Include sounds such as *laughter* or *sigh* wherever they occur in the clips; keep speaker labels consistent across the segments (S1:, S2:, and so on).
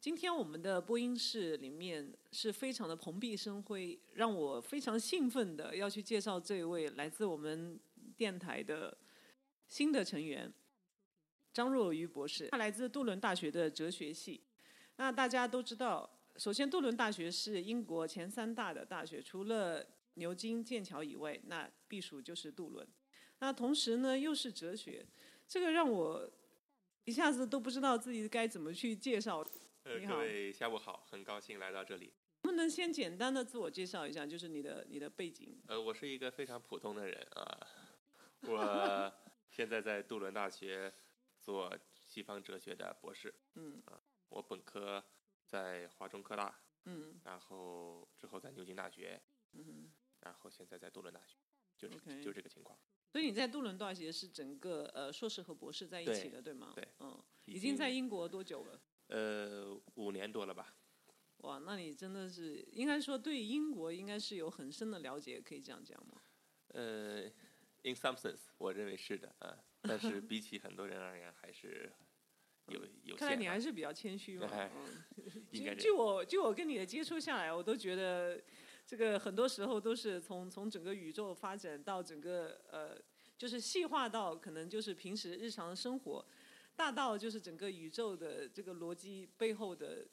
S1: 今天我们的播音室里面是非常的蓬荜生辉，让我非常兴奋的要去介绍这一位来自我们电台的新的成员张若愚博士，他来自杜伦大学的哲学系。那大家都知道，首先杜伦大学是英国前三大的大学，除了牛津、剑桥以外，那必属就是杜伦。那同时呢，又是哲学，这个让我一下子都不知道自己该怎么去介绍。
S2: 呃，
S1: 你好
S2: 各位下午好，很高兴来到这里。
S1: 能不能先简单的自我介绍一下，就是你的你的背景？
S2: 呃，我是一个非常普通的人啊，
S1: *laughs*
S2: 我现在在杜伦大学做西方哲学的博士，
S1: 嗯
S2: 我本科在华中科大，
S1: 嗯
S2: 然后之后在牛津大学，
S1: 嗯。
S2: 然后现在在杜伦大学，就这
S1: OK
S2: 就这个情况，
S1: 所以你在杜伦大学是整个呃硕士和博士在一起
S2: 对
S1: 的，对吗？
S2: 对
S1: 嗯，
S2: 已
S1: 已经在
S2: 经
S1: 英国多久了？
S2: 呃五年多了吧？
S1: 哇，那你真的是应该说对英国应该是有很深的了解，可以这样讲吗？
S2: 呃，in some sense，我认为是的啊，但是
S1: *laughs*
S2: 比起很多人而言，还是有有限啊。
S1: 看来你还是比较谦虚嘛。
S2: 哎
S1: 嗯，
S2: 应
S1: 据
S2: 该这
S1: 据
S2: 样
S1: 我据我跟你的接触下来，我都觉得这个很多时候都是从从整个宇宙发展到整个呃，就是细化到可能就是平时日常生活，大到就是整个宇宙的这个逻辑背后的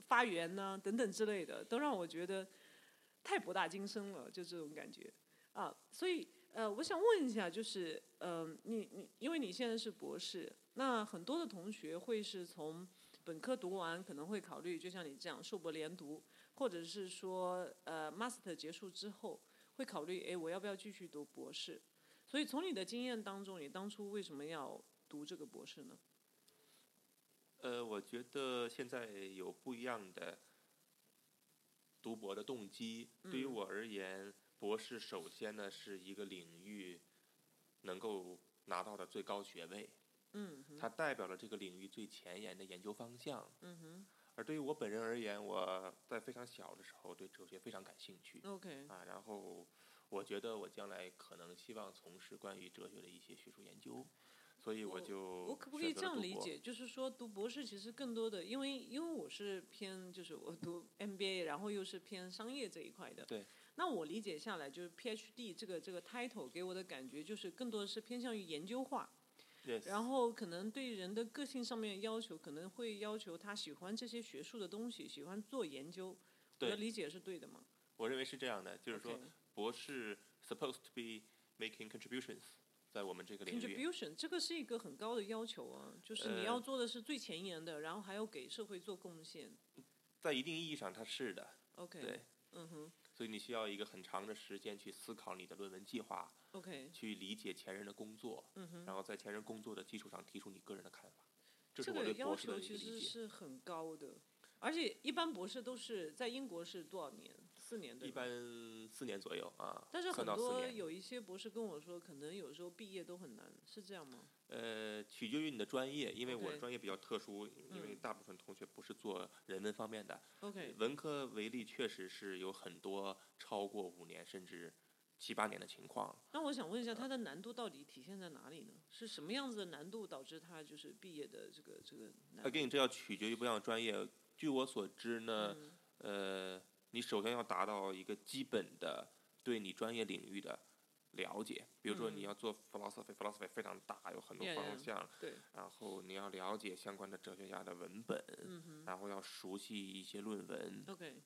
S1: 发源呐、等等之类的，都让我觉得太博大精深了，就这种感觉啊。所以呃，我想问一下，就是呃，你你因为你现在是博士，那很多的同学会是从本科读完，可能会考虑就像你这样硕博连读，或者是说呃 master 结束之后会考虑，诶，我要不要继续读博士？所以从你的经验当中，你当初为什么要读这个博士呢？
S2: 呃，我觉得现在有不一样的读博的动机。对于
S1: 嗯
S2: 我而言，博士首先呢是一个领域能够拿到的最高学位，
S1: 嗯哼
S2: 它代表了这个领域最前沿的研究方向。
S1: 嗯哼
S2: 而对于我本人而言，我在非常小的时候对哲学非常感兴趣
S1: ，OK，
S2: 啊，然后我觉得我将来可能希望从事关于哲学的一些学术研究，所以
S1: 我
S2: 我就
S1: 哦我可不可
S2: 选
S1: 以
S2: 择
S1: 这
S2: 了
S1: 样
S2: 读
S1: 理
S2: 博
S1: 解？就是说，读博士其实更多的，因为因为我是偏就是我读 MBA，然后又是偏商业这一块的。
S2: 对。
S1: 那我理解下来，就是 PhD 这个这个 title 给我的感觉就是更多的是偏向于研究化，
S2: Yes，
S1: 然后可能对人的个性上面要求，可能会要求他喜欢这些学术的东西，喜欢做研究。我的
S2: 对
S1: 理解是对的吗？
S2: 我认为是这样的，就是说
S1: OK
S2: 博士 supposed to be making contributions，在我们这个领域。
S1: contribution 这个是一个很高的要求啊，就是你要
S2: 呃
S1: 做的是最前沿的，然后还要给社会做贡献。
S2: 在一定意义上，它是的，
S1: OK，
S2: 对，
S1: 嗯哼
S2: 所以你需要一个很长的时间去思考你的论文计划，
S1: ，OK，
S2: 去理解前人的工作，
S1: 嗯哼。
S2: 然后在前人工作的基础上提出你个人的看法。这是
S1: 这
S2: 我
S1: 个
S2: 对
S1: 要
S2: 博士
S1: 求
S2: 的一个
S1: 其实
S2: 理解。
S1: 是很高的，而且一般博士都是在英国是多少年？四年对
S2: 一
S1: 吧？
S2: 般四年左右啊，
S1: 但是
S2: 三
S1: 很
S2: 到四
S1: 多
S2: 年。
S1: 有一些博士跟我说，可能有时候毕业都很难，是这样吗？
S2: 呃，取决于你的专业，因为我
S1: OK
S2: 的专业比较特殊，因为
S1: 嗯
S2: 大部分同学不是做人文方面的，
S1: OK，
S2: 文科为例，确实是有很多超过五年甚至七八年的情况。
S1: 那我想问一下，它的难度到底体现在哪里呢？是什么样子的难度导致他就是毕业的这个这个难度？
S2: Again，这要取决于不一样的专业。据我所知呢，
S1: 嗯
S2: 呃，你首先要达到一个基本的对你专业领域的了解，比如说
S1: 嗯
S2: 你要做 philosophy，philosophy 非常大，有很多
S1: Yeah,
S2: 方
S1: yeah
S2: 向
S1: 对，
S2: 然后你要了解相关的哲学家的文本，
S1: 嗯哼
S2: 然后要熟悉一些论文，
S1: ，OK，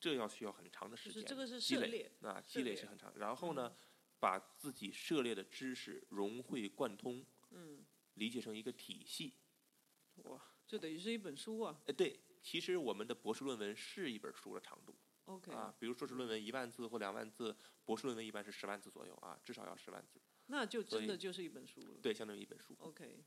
S2: 这要需要很长的时
S1: 就
S2: 间，
S1: 是这个是
S2: 积
S1: 涉
S2: 累
S1: 猎，
S2: 啊，
S1: 涉
S2: 积累
S1: 猎嗯
S2: 是很长。然后呢，把自己涉猎的知识融会贯通，
S1: 嗯，
S2: 理解成一个体系。
S1: 哇，就等于是一本书啊
S2: 呃，对，其实我们的博士论文是一本书的长度
S1: ，OK，
S2: 啊，比如硕士论文一万字或两万字，博士论文一般是十万字左右啊，至少要十万字，
S1: 那就
S2: 所
S1: 真的
S2: 以
S1: 就是一本书了
S2: 对，相当于一本书。
S1: ，OK，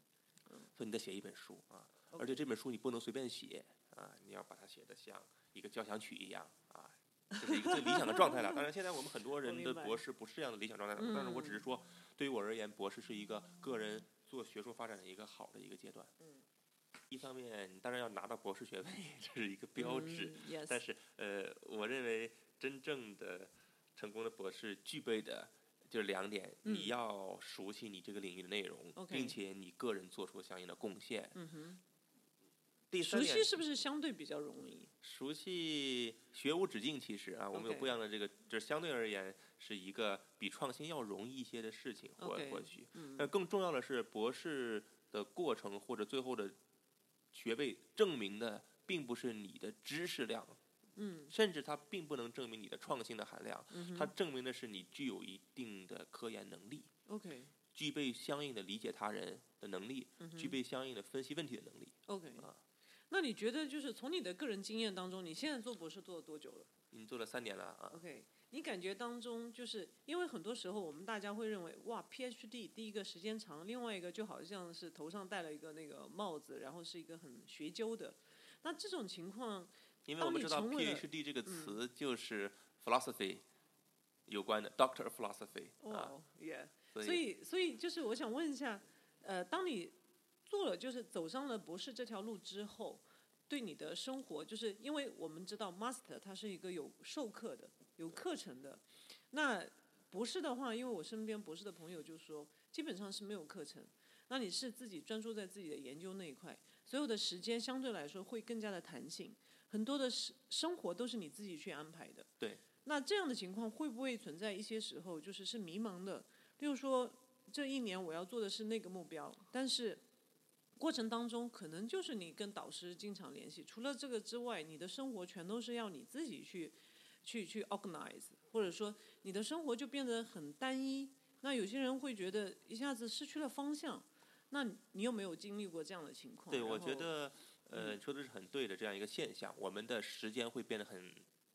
S2: 所以你得写一本书啊，而且这本书你不能随便写啊，你要把它写的像一个交响曲一样啊，这是一个最理想的状态了。当然，现在我们很多人的
S1: 明白
S2: 博士不是这样的理想状态，但是我只是说，对于我而言，博士是一个个人做学术发展的一个好的一个阶段。
S1: 嗯
S2: 一方面，你当然要拿到博士学位，这是一个标志。
S1: 嗯，yes
S2: 但是呃，我认为真正的成功的博士具备的就是两点：你
S1: 嗯
S2: 要熟悉你这个领域的内容
S1: OK
S2: 并且你个人做出相应的贡献。
S1: 嗯哼，
S2: 第三
S1: 熟
S2: 点
S1: 悉，是不是相对比较容易？
S2: 熟悉学无止境，其实啊，我们有
S1: OK
S2: 不一样的这个，这相对而言是一个比创新要容易一些的事情，或
S1: OK
S2: 或许。
S1: 嗯
S2: 但更重要的是，博士的过程或者最后的学位证明的，并不是你的知识量，
S1: 嗯
S2: 甚至它并不能证明你的创新的含量，
S1: 嗯
S2: 它
S1: 哼
S2: 证明的是你具有一定的科研能力，
S1: ，OK
S2: 具备相应的理解他人的能力，
S1: 嗯
S2: 具备相应的分析问题的能力。
S1: OK
S2: 啊。
S1: 那你觉得就是从你的个人经验当中，你现在做博士做了多久了？
S2: 你做了三年了啊，
S1: OK，你感觉当中就是因为很多时候我们大家会认为哇，PhD 第一个时间长，另外一个就好像是头上戴了一个那个帽子，然后是一个很学究的。那这种情况，
S2: 因为
S1: 当
S2: 我们
S1: 哦你
S2: 知道
S1: 成为了
S2: PhD 这个
S1: 嗯
S2: 词就是 philosophy 有关的，Doctor of Philosophy
S1: 哇
S2: 啊，
S1: 耶、
S2: 所
S1: 哦所
S2: 以
S1: 以所以就是我想问一下，呃，当你做了就是走上了博士这条路之后，对你的生活，就是因为我们知道 master 它是一个有授课的、有课程的，那博士的话，因为我身边博士的朋友就说，基本上是没有课程。那你是自己专注在自己的研究那一块，所有的时间相对来说会更加的弹性，很多的生生活都是你自己去安排的。
S2: 对。
S1: 那这样的情况会不会存在一些时候，就是是迷茫的？例如说，这一年我要做的是那个目标，但是过程当中可能就是你跟导师经常联系，除了这个之外，你的生活全都是要你自己去去去 organize，或者说你的生活就变得很单一。那有些人会觉得一下子失去了方向。那你你有没有经历过这样的情况？
S2: 对，
S1: 然
S2: 我觉
S1: 后嗯
S2: 得呃你说的是很对的这样一个现象，我们的时间会变得很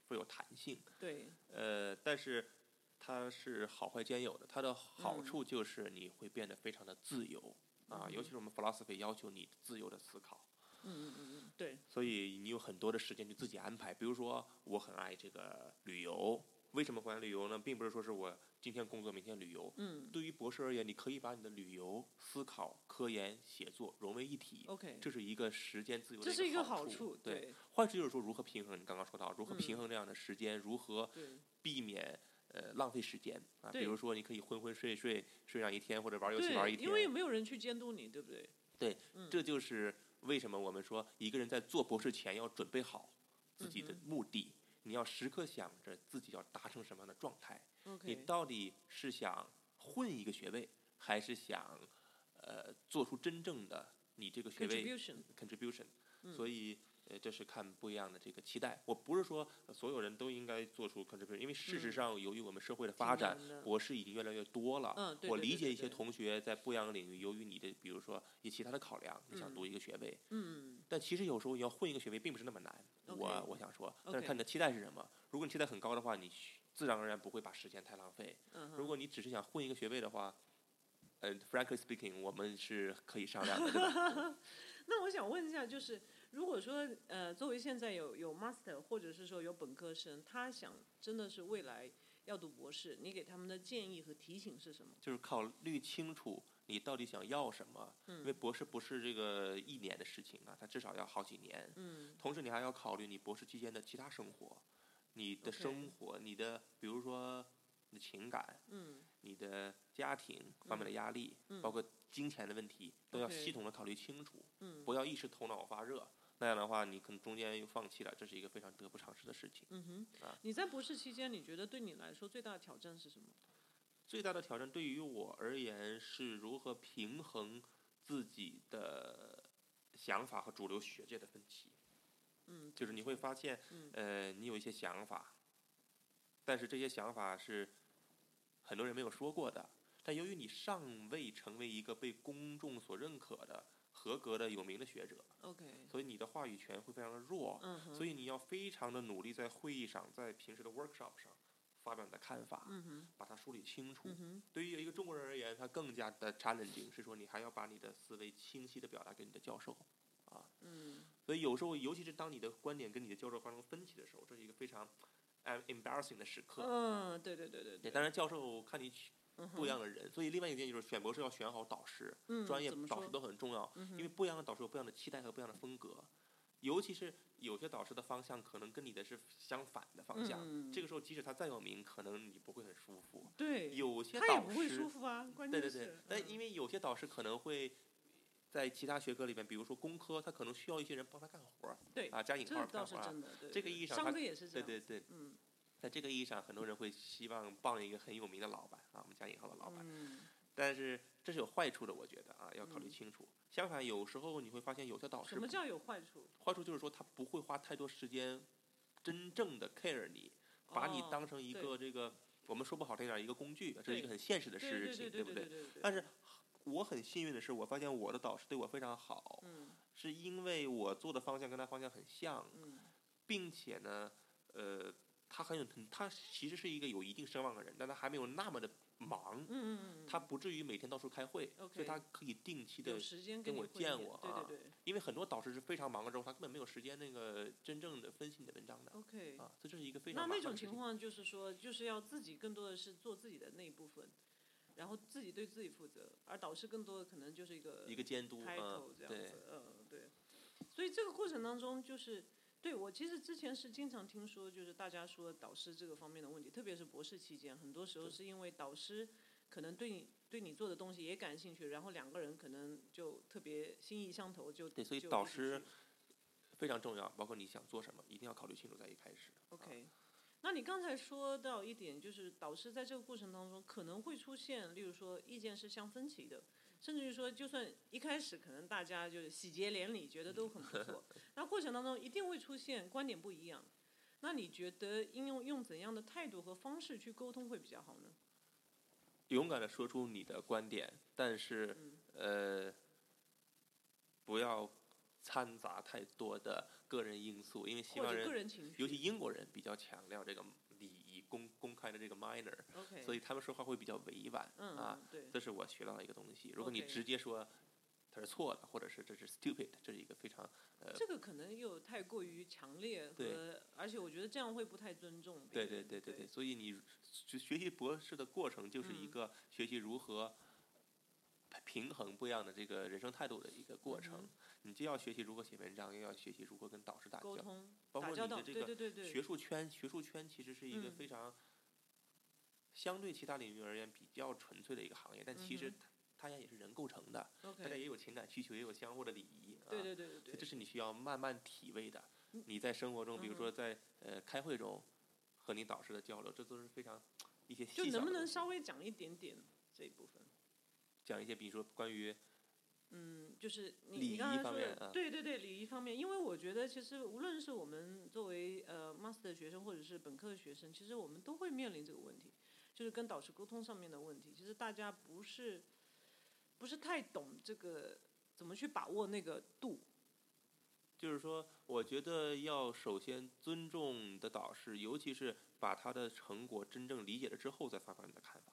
S2: 会有弹性，
S1: 对，
S2: 呃，但是它是好坏兼有的。它的好
S1: 嗯
S2: 处就是你会变得非常的自由、啊，尤其是我们 philosophy 要求你自由的思考，
S1: 嗯嗯嗯嗯，对，
S2: 所以你有很多的时间去自己安排。比如说，我很爱这个旅游，为什么会爱旅游呢？并不是说是我今天工作，明天旅游。
S1: 嗯
S2: 对于博士而言，你可以把你的旅游、思考、科研、写作融为一体。
S1: ，OK，
S2: 这是一个时间自由的
S1: 这是一
S2: 个
S1: 个好
S2: 处
S1: 处，，
S2: 对。
S1: 对
S2: 换句就是说，如何平衡？你刚刚说到如何平
S1: 嗯
S2: 衡这样的时间，如何
S1: 对
S2: 避免呃浪费时间啊。比
S1: 对
S2: 如说，你可以昏昏睡睡睡上一天，或者玩游戏玩
S1: 对，
S2: 一天。
S1: 因为也没有人去监督你，对不对？
S2: 对，
S1: 嗯
S2: 这就是为什么我们说一个人在做博士前要准备好自己的
S1: 嗯
S2: 目的，你要时刻想着自己要达成什么样的状态。你
S1: OK，
S2: 到底是想混一个学位，还是想呃做出真正的你这个学位
S1: contribution，
S2: contribution？所
S1: 嗯
S2: 以呃，这是看不一样的这个期待。我不是说呃所有人都应该做出 contribution，因为事实
S1: 嗯
S2: 上，由于我们社会的发
S1: 挺
S2: 展
S1: 难的，
S2: 博士已经越来越多了。
S1: 嗯对
S2: 我
S1: 对
S2: 理
S1: 对
S2: 解
S1: 对
S2: 一些
S1: 对
S2: 同学在不一样的领域，由于你的比如说一些其他的考量，你想读一个学位，
S1: 嗯，
S2: 但其实有时候你要混一个学位并不是那么难。我
S1: OK
S2: 我想说，但是
S1: OK
S2: 看你的期待是什么。如果你期待很高的话，你需自然而然不会把时间太浪费。
S1: 嗯哼
S2: 如果你只是想混一个学位的话，嗯、f r a n k l y speaking，我们是可以商量的，对吧？
S1: 那我想问一下，就是如果说呃，作为现在有有 master 或者是说有本科生，他想真的是未来要读博士，你给他们的建议和提醒是什么？
S2: 就是考虑清楚你到底想要什么，
S1: 嗯
S2: 因为博士不是这个一年的事情啊，它至少要好几年。
S1: 嗯
S2: 同时，你还要考虑你博士期间的其他生活，你的
S1: OK
S2: 生活，你的比如说你的情感，
S1: 嗯
S2: 你的家庭方面的压力，
S1: 嗯
S2: 包括金钱的问题，都要
S1: OK
S2: 系统的考虑清楚，
S1: 嗯
S2: 不要一时头脑发热。那样的话，你可能中间又放弃了，这是一个非常得不偿失的事情。
S1: 嗯哼
S2: 啊，
S1: 你在博士期间，你觉得对你来说最大的挑战是什么？
S2: 最大的挑战对于我而言是如何平衡自己的想法和主流学界的分歧。
S1: 嗯
S2: 就是你会发现
S1: 嗯，
S2: 呃，你有一些想法，但是这些想法是很多人没有说过的。但由于你尚未成为一个被公众所认可的、合格的、有名的学者，
S1: ，OK，
S2: 所以你的话语权会非常的弱。
S1: 嗯哼，
S2: 所以你要非常的努力，在会议上，在平时的 workshop 上发表你的看法，
S1: 嗯哼，
S2: 把它梳理清楚。
S1: 嗯哼，
S2: 对于一个中国人而言，它更加的 challenging，是说你还要把你的思维清晰的表达给你的教授。
S1: 嗯
S2: 所以有时候，尤其是当你的观点跟你的教授发生分歧的时候，这是一个非常 em- embarrassing 的时刻。
S1: 嗯，对对对对
S2: 对，
S1: 对，
S2: 当然教授看你
S1: 嗯
S2: 不
S1: 哼
S2: 一样的人，所以另外一个建议就是选博士要选好导师，
S1: 嗯
S2: 专业
S1: 怎么
S2: 导师
S1: 说
S2: 都很重要，
S1: 嗯
S2: 因为不一样的导师有不一样的期待和不一样的风格，尤其是有些导师的方向可能跟你的是相反的方向，
S1: 嗯
S2: 这个时候即使他再有名，可能你不会很舒服。
S1: 对，
S2: 有些
S1: 他也
S2: 导
S1: 不会舒
S2: 师，
S1: 服啊，关
S2: 对
S1: 键
S2: 对
S1: 是，
S2: 对，但因
S1: 为
S2: 为有些导师可能会。在其他学科里面，比如说工科，他可能需要一些人帮他干活儿，
S1: 对
S2: 啊，加引号
S1: 这
S2: 儿干
S1: 倒是
S2: 活儿啊，
S1: 真的，对
S2: 这个
S1: 对
S2: 意义上
S1: 商
S2: 他
S1: 科也是这
S2: 对
S1: 样，
S2: 对对，
S1: 嗯
S2: 在这个意义上，很多人会希望傍一个很有名的老板啊，我们加引号的老板，
S1: 嗯
S2: 但是这是有坏处的，我觉得啊，要考虑
S1: 嗯
S2: 清楚。相反，有时候你会发现，有些导师
S1: 什么
S2: 不
S1: 叫有坏处？
S2: 坏处就是说他不会花太多时间真正的 care 你，把你
S1: 哦
S2: 当成一
S1: 对
S2: 个这个我们说不好听点儿一个工具，这是一个
S1: 对
S2: 很现实的
S1: 对
S2: 事
S1: 对对
S2: 情，
S1: 对
S2: 不
S1: 对
S2: 对？
S1: 对对，
S2: 但是我很幸运的是，我发现我的导师对我非常好，
S1: 嗯
S2: 是因为我做的方向跟他方向很像，
S1: 嗯
S2: 并且呢，呃，他很有很他其实是一个有一定声望的人，但他还没有那么的忙
S1: 嗯，嗯嗯，
S2: 他不至于每天到处开会，所以
S1: OK
S2: 他可以定期的
S1: 有，时间
S2: 跟
S1: 你
S2: 我
S1: 会
S2: 见
S1: 面
S2: 我
S1: 对
S2: 啊
S1: 对对
S2: 因为很多导师是非常忙了之后，他根本没有时间那个真正的分析你的文章的
S1: ，OK。
S2: 啊，这就是一个非
S1: 那
S2: 常麻
S1: 那
S2: 烦的
S1: 种
S2: 事情
S1: 情况就是说，就是要自己更多的是做自己的那一部分，然后自己对自己负责，而导师更多的可能就是一个
S2: 一个监督，
S1: 开头
S2: 嗯，
S1: 这样
S2: 对
S1: 子，，嗯，对。所以这个过程当中，就是对我其实之前是经常听说，就是大家说导师这个方面的问题，特别是博士期间，很多时候
S2: 对
S1: 是因为导师可能对你对你做的东西也感兴趣，然后两个人可能就特别心意相投，就
S2: 对所以
S1: 就
S2: 导
S1: 一起
S2: 师
S1: 去
S2: 非常重要，包括你想做什么，一定要考虑清楚在一开始。
S1: OK，那啊你刚才说到一点，就是导师在这个过程当中可能会出现，例如说意见是相分歧的，甚至于说，就算一开始可能大家就是喜结连理，觉得都很不
S2: *laughs*
S1: 错，那过程当中一定会出现观点不一样。那你觉得应用用怎样的态度和方式去沟通会比较好呢？
S2: 勇敢的说出你的观点，但是
S1: 嗯
S2: 呃，不要掺杂太多的个人因素，因为西
S1: 或
S2: 方
S1: 者个
S2: 人，
S1: 人情绪
S2: 尤其英国人比较强调这个礼仪公公开的这个 minor，
S1: ，OK，
S2: 所以他们说话会比较委婉
S1: 嗯，
S2: 啊。
S1: 嗯对，
S2: 这是我学到的一个东西。如果你
S1: OK
S2: 直接说它是错的，或者是这是 stupid，这是一个非常呃
S1: 这个可能又太过于强烈
S2: 对
S1: 和，而且我觉得这样会不太尊重别
S2: 对
S1: 人。
S2: 对对
S1: 对
S2: 对对，所以你学学习博士的过程就是一
S1: 嗯
S2: 个学习如何平衡不一样的这个人生态度的一个过程。
S1: 嗯
S2: 你既要学习如何写文章，又要学习如何跟导师打
S1: 沟
S2: 交道。
S1: 通、
S2: 包
S1: 打
S2: 括
S1: 交
S2: 你的
S1: 道，
S2: 这
S1: 对
S2: 个
S1: 对对对，
S2: 学术圈，学术圈其实是一个
S1: 嗯
S2: 非常、相对其他领域而言比较纯粹的一个行业，但其实
S1: 嗯
S2: 它它也是人构成的，
S1: OK，
S2: 大家也有情感需求，也有相互的礼仪。啊
S1: 对对对对
S2: 所以这
S1: 对，
S2: 是你需要慢慢体味的。
S1: 嗯
S2: 你在生活中，比如说在呃开会中和你导师的交流，这都是非常一些细
S1: 就
S2: 小
S1: 能不
S2: 的
S1: 能
S2: 东西
S1: 稍微讲一点点这一部分？
S2: 讲一些，比如说关于
S1: 嗯，就是你
S2: 礼
S1: 你刚
S2: 仪
S1: 才
S2: 方
S1: 说
S2: 面
S1: 的，
S2: 啊
S1: 对对对，礼仪方面，因为我觉得其实无论是我们作为呃 master 学生或者是本科的学生，其实我们都会面临这个问题，就是跟导师沟通上面的问题。其实大家不是不是太懂这个怎么去把握那个度。
S2: 就是说，我觉得要首先尊重你的导师，尤其是把他的成果真正理解了之后再发表你的看法。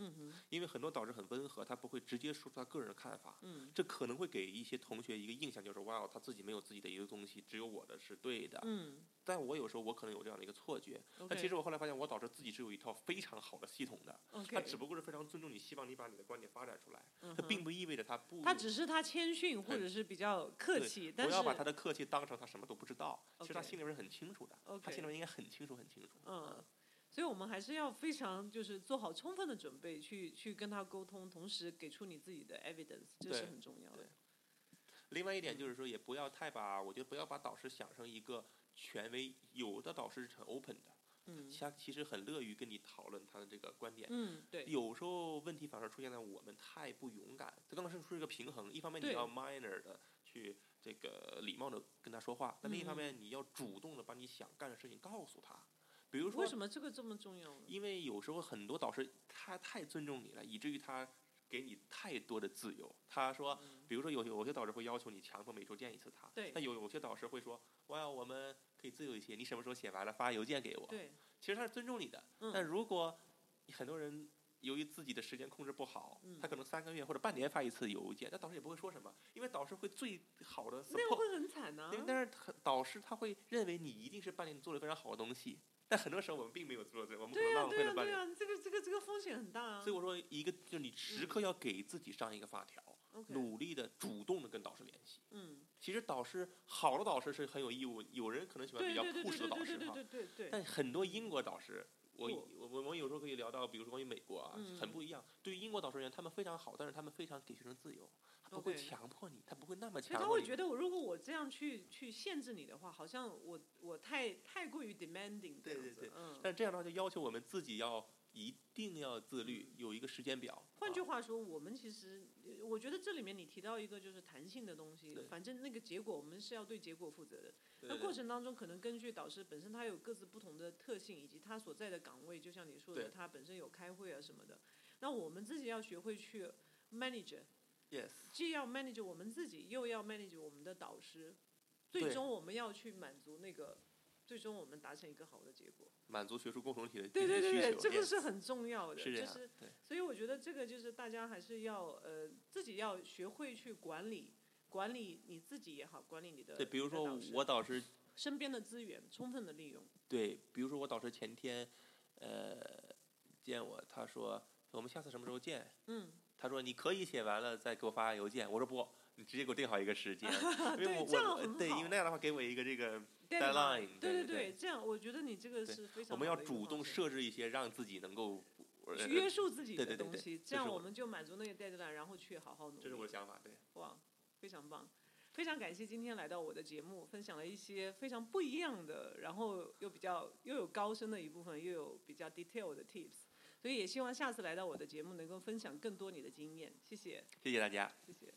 S1: 嗯哼，
S2: 因为很多导师很温和，他不会直接说出他个人的看法，
S1: 嗯
S2: 这可能会给一些同学一个印象，就是哇，哦他自己没有自己的一个东西，只有我的是对的。
S1: 嗯
S2: 但我有时候我可能有这样的一个错觉，
S1: ，OK，
S2: 但其实我后来发现，我导师自己是有一套非常好的系统的，他
S1: OK，
S2: 只不过是非常尊重你，希望你把你的观点发展出来，
S1: 嗯
S2: 这
S1: 哼
S2: 并不意味着他不，
S1: 他只是他谦逊或者是比较客
S2: 对
S1: 气，但
S2: 不
S1: 是
S2: 要把他的客气当成他什么都不知道，其实他
S1: OK
S2: 心里面是很清楚的，他
S1: OK
S2: 心里面应该很清楚很清楚。
S1: 嗯，所以我们还是要非常就是做好充分的准备去去跟他沟通，同时给出你自己的 evidence，这
S2: 对
S1: 是很重要的
S2: 对。另外一点就是说，也不要太把，我觉得不要把导师想成一个权威，有的导师是很 open 的，
S1: 嗯
S2: 他其实很乐于跟你讨论他的这个观点。
S1: 嗯，对
S2: 有时候问题反而出现在我们太不勇敢，这刚刚是出一个平衡，一方面你
S1: 对
S2: 要 minor 的去这个礼貌的跟他说话，那另一方
S1: 嗯嗯
S2: 面你要主动的把你想干的事情告诉他。比如说
S1: 为，什么这个这么重要呢？
S2: 因为有时候很多导师他太尊重你了，以至于他给你太多的自由。他说，
S1: 嗯
S2: 比如说有有些导师会要求你强迫每周见一次他，
S1: 对
S2: 那有有些导师会说，哇，我们可以自由一些，你什么时候写完了发邮件给我。
S1: 对，
S2: 其实他是尊重你的，
S1: 嗯
S2: 但如果很多人由于自己的时间控制不好，
S1: 嗯
S2: 他可能三个月或者半年发一次邮件，那导师也不会说什么，因为导师会最好的
S1: 那样
S2: support。
S1: 会啊很惨呐、
S2: 对，但是他导师他会认为你一定是半年做了非常好的东西，但很多时候我们并没有做这，我们可
S1: 对
S2: 能
S1: 呀、
S2: 啊浪
S1: 对
S2: 费
S1: 呀、
S2: 了半
S1: 对
S2: 年。
S1: 呀、这个这个这个风险很大啊。
S2: 所以我说，一个就是你时刻要给自己上一个发条，
S1: OK，
S2: 努力的、主动的跟导师联系。
S1: 嗯，
S2: 其实导师好的导师是很有义务，有人可能喜欢
S1: 对
S2: 比较
S1: 对对对
S2: push 的
S1: 对
S2: 导
S1: 对
S2: 师
S1: 对
S2: 哈，
S1: 对对对对，
S2: 但很多英国导师，我
S1: 不
S2: 我我我有时候可以聊到，比如说关于美国啊，很
S1: 嗯
S2: 不一样。对于英国导师而言，他们非常好，但是他们非常给学生自由，他不会
S1: OK
S2: 强迫你，他不会那么
S1: 所以
S2: 强
S1: 他
S2: 迫
S1: 会
S2: 你。
S1: 觉得我如果我这样去去限制你的话，好像我我太太过于 demanding 这
S2: 对
S1: 样
S2: 对
S1: 子
S2: 对
S1: 嗯。
S2: 但这样的话，就要求我们自己要一定要自律，有一个时间表。
S1: 换句
S2: 啊，
S1: 话说，我们其实，呃我觉得这里面你提到一个就是弹性的东西
S2: 对，
S1: 反正那个结果我们是要对结果负责的。
S2: 对
S1: 那
S2: 对
S1: 过
S2: 对
S1: 程当中，可能根据导师本身他有各自不同的特性，以及他所在的岗位，就像你说的，
S2: 对
S1: 他本身有开会啊什么的。那我们自己要学会去 manage，
S2: yes，
S1: 既要 manage 我们自己，又要 manage 我们的导师，
S2: 对
S1: 最终我们要去满足那个，最终我们达成一个好的结果。
S2: 满足学术共同体的
S1: 对
S2: 一
S1: 对
S2: 些
S1: 对对，
S2: 需求
S1: 这个
S2: yes，
S1: 是很重要的，
S2: 是这
S1: 就
S2: 样
S1: 是。
S2: 对
S1: 所以我觉得这个就是大家还是要呃自己要学会去管理，管理你自己也好，管理你的
S2: 对，比如
S1: 你的
S2: 说
S1: 导师
S2: 我导师
S1: 身边的资源充分的利用。
S2: 对，比如说我导师前天，呃，见我，他说我们下次什么时候见？
S1: 嗯，
S2: 他说你可以写完了再给我发邮件。我说不，你直接给我定好一个时
S1: *laughs*
S2: 间，因为
S1: 对
S2: 我
S1: 这样
S2: 我
S1: 很
S2: 对，因为
S1: 好
S2: 那样的话给我一个这个，
S1: Deadline，对
S2: Deadline，对对对
S1: 对，这样我觉得你这个
S2: 对
S1: 是非常
S2: 我们
S1: 好
S2: 要
S1: 的一个
S2: 主
S1: 方
S2: 动
S1: 式
S2: 设置一些让自己能够，呃
S1: 去约束自己
S2: 对
S1: 的
S2: 对对
S1: 东
S2: 对
S1: 西，
S2: 这
S1: 这样
S2: 是
S1: 我
S2: 我
S1: 们就满足那个 deadline，然后去好好努力。
S2: 这是我的想法，对，
S1: 哇，非常棒，非常感谢今天来到我的节目，分享了一些非常不一样的，然后又比较又有高深的一部分，又有比较 detail 的 tips，所以也希望下次来到我的节目能够分享更多你的经验，谢谢，
S2: 谢谢大家。
S1: 谢谢。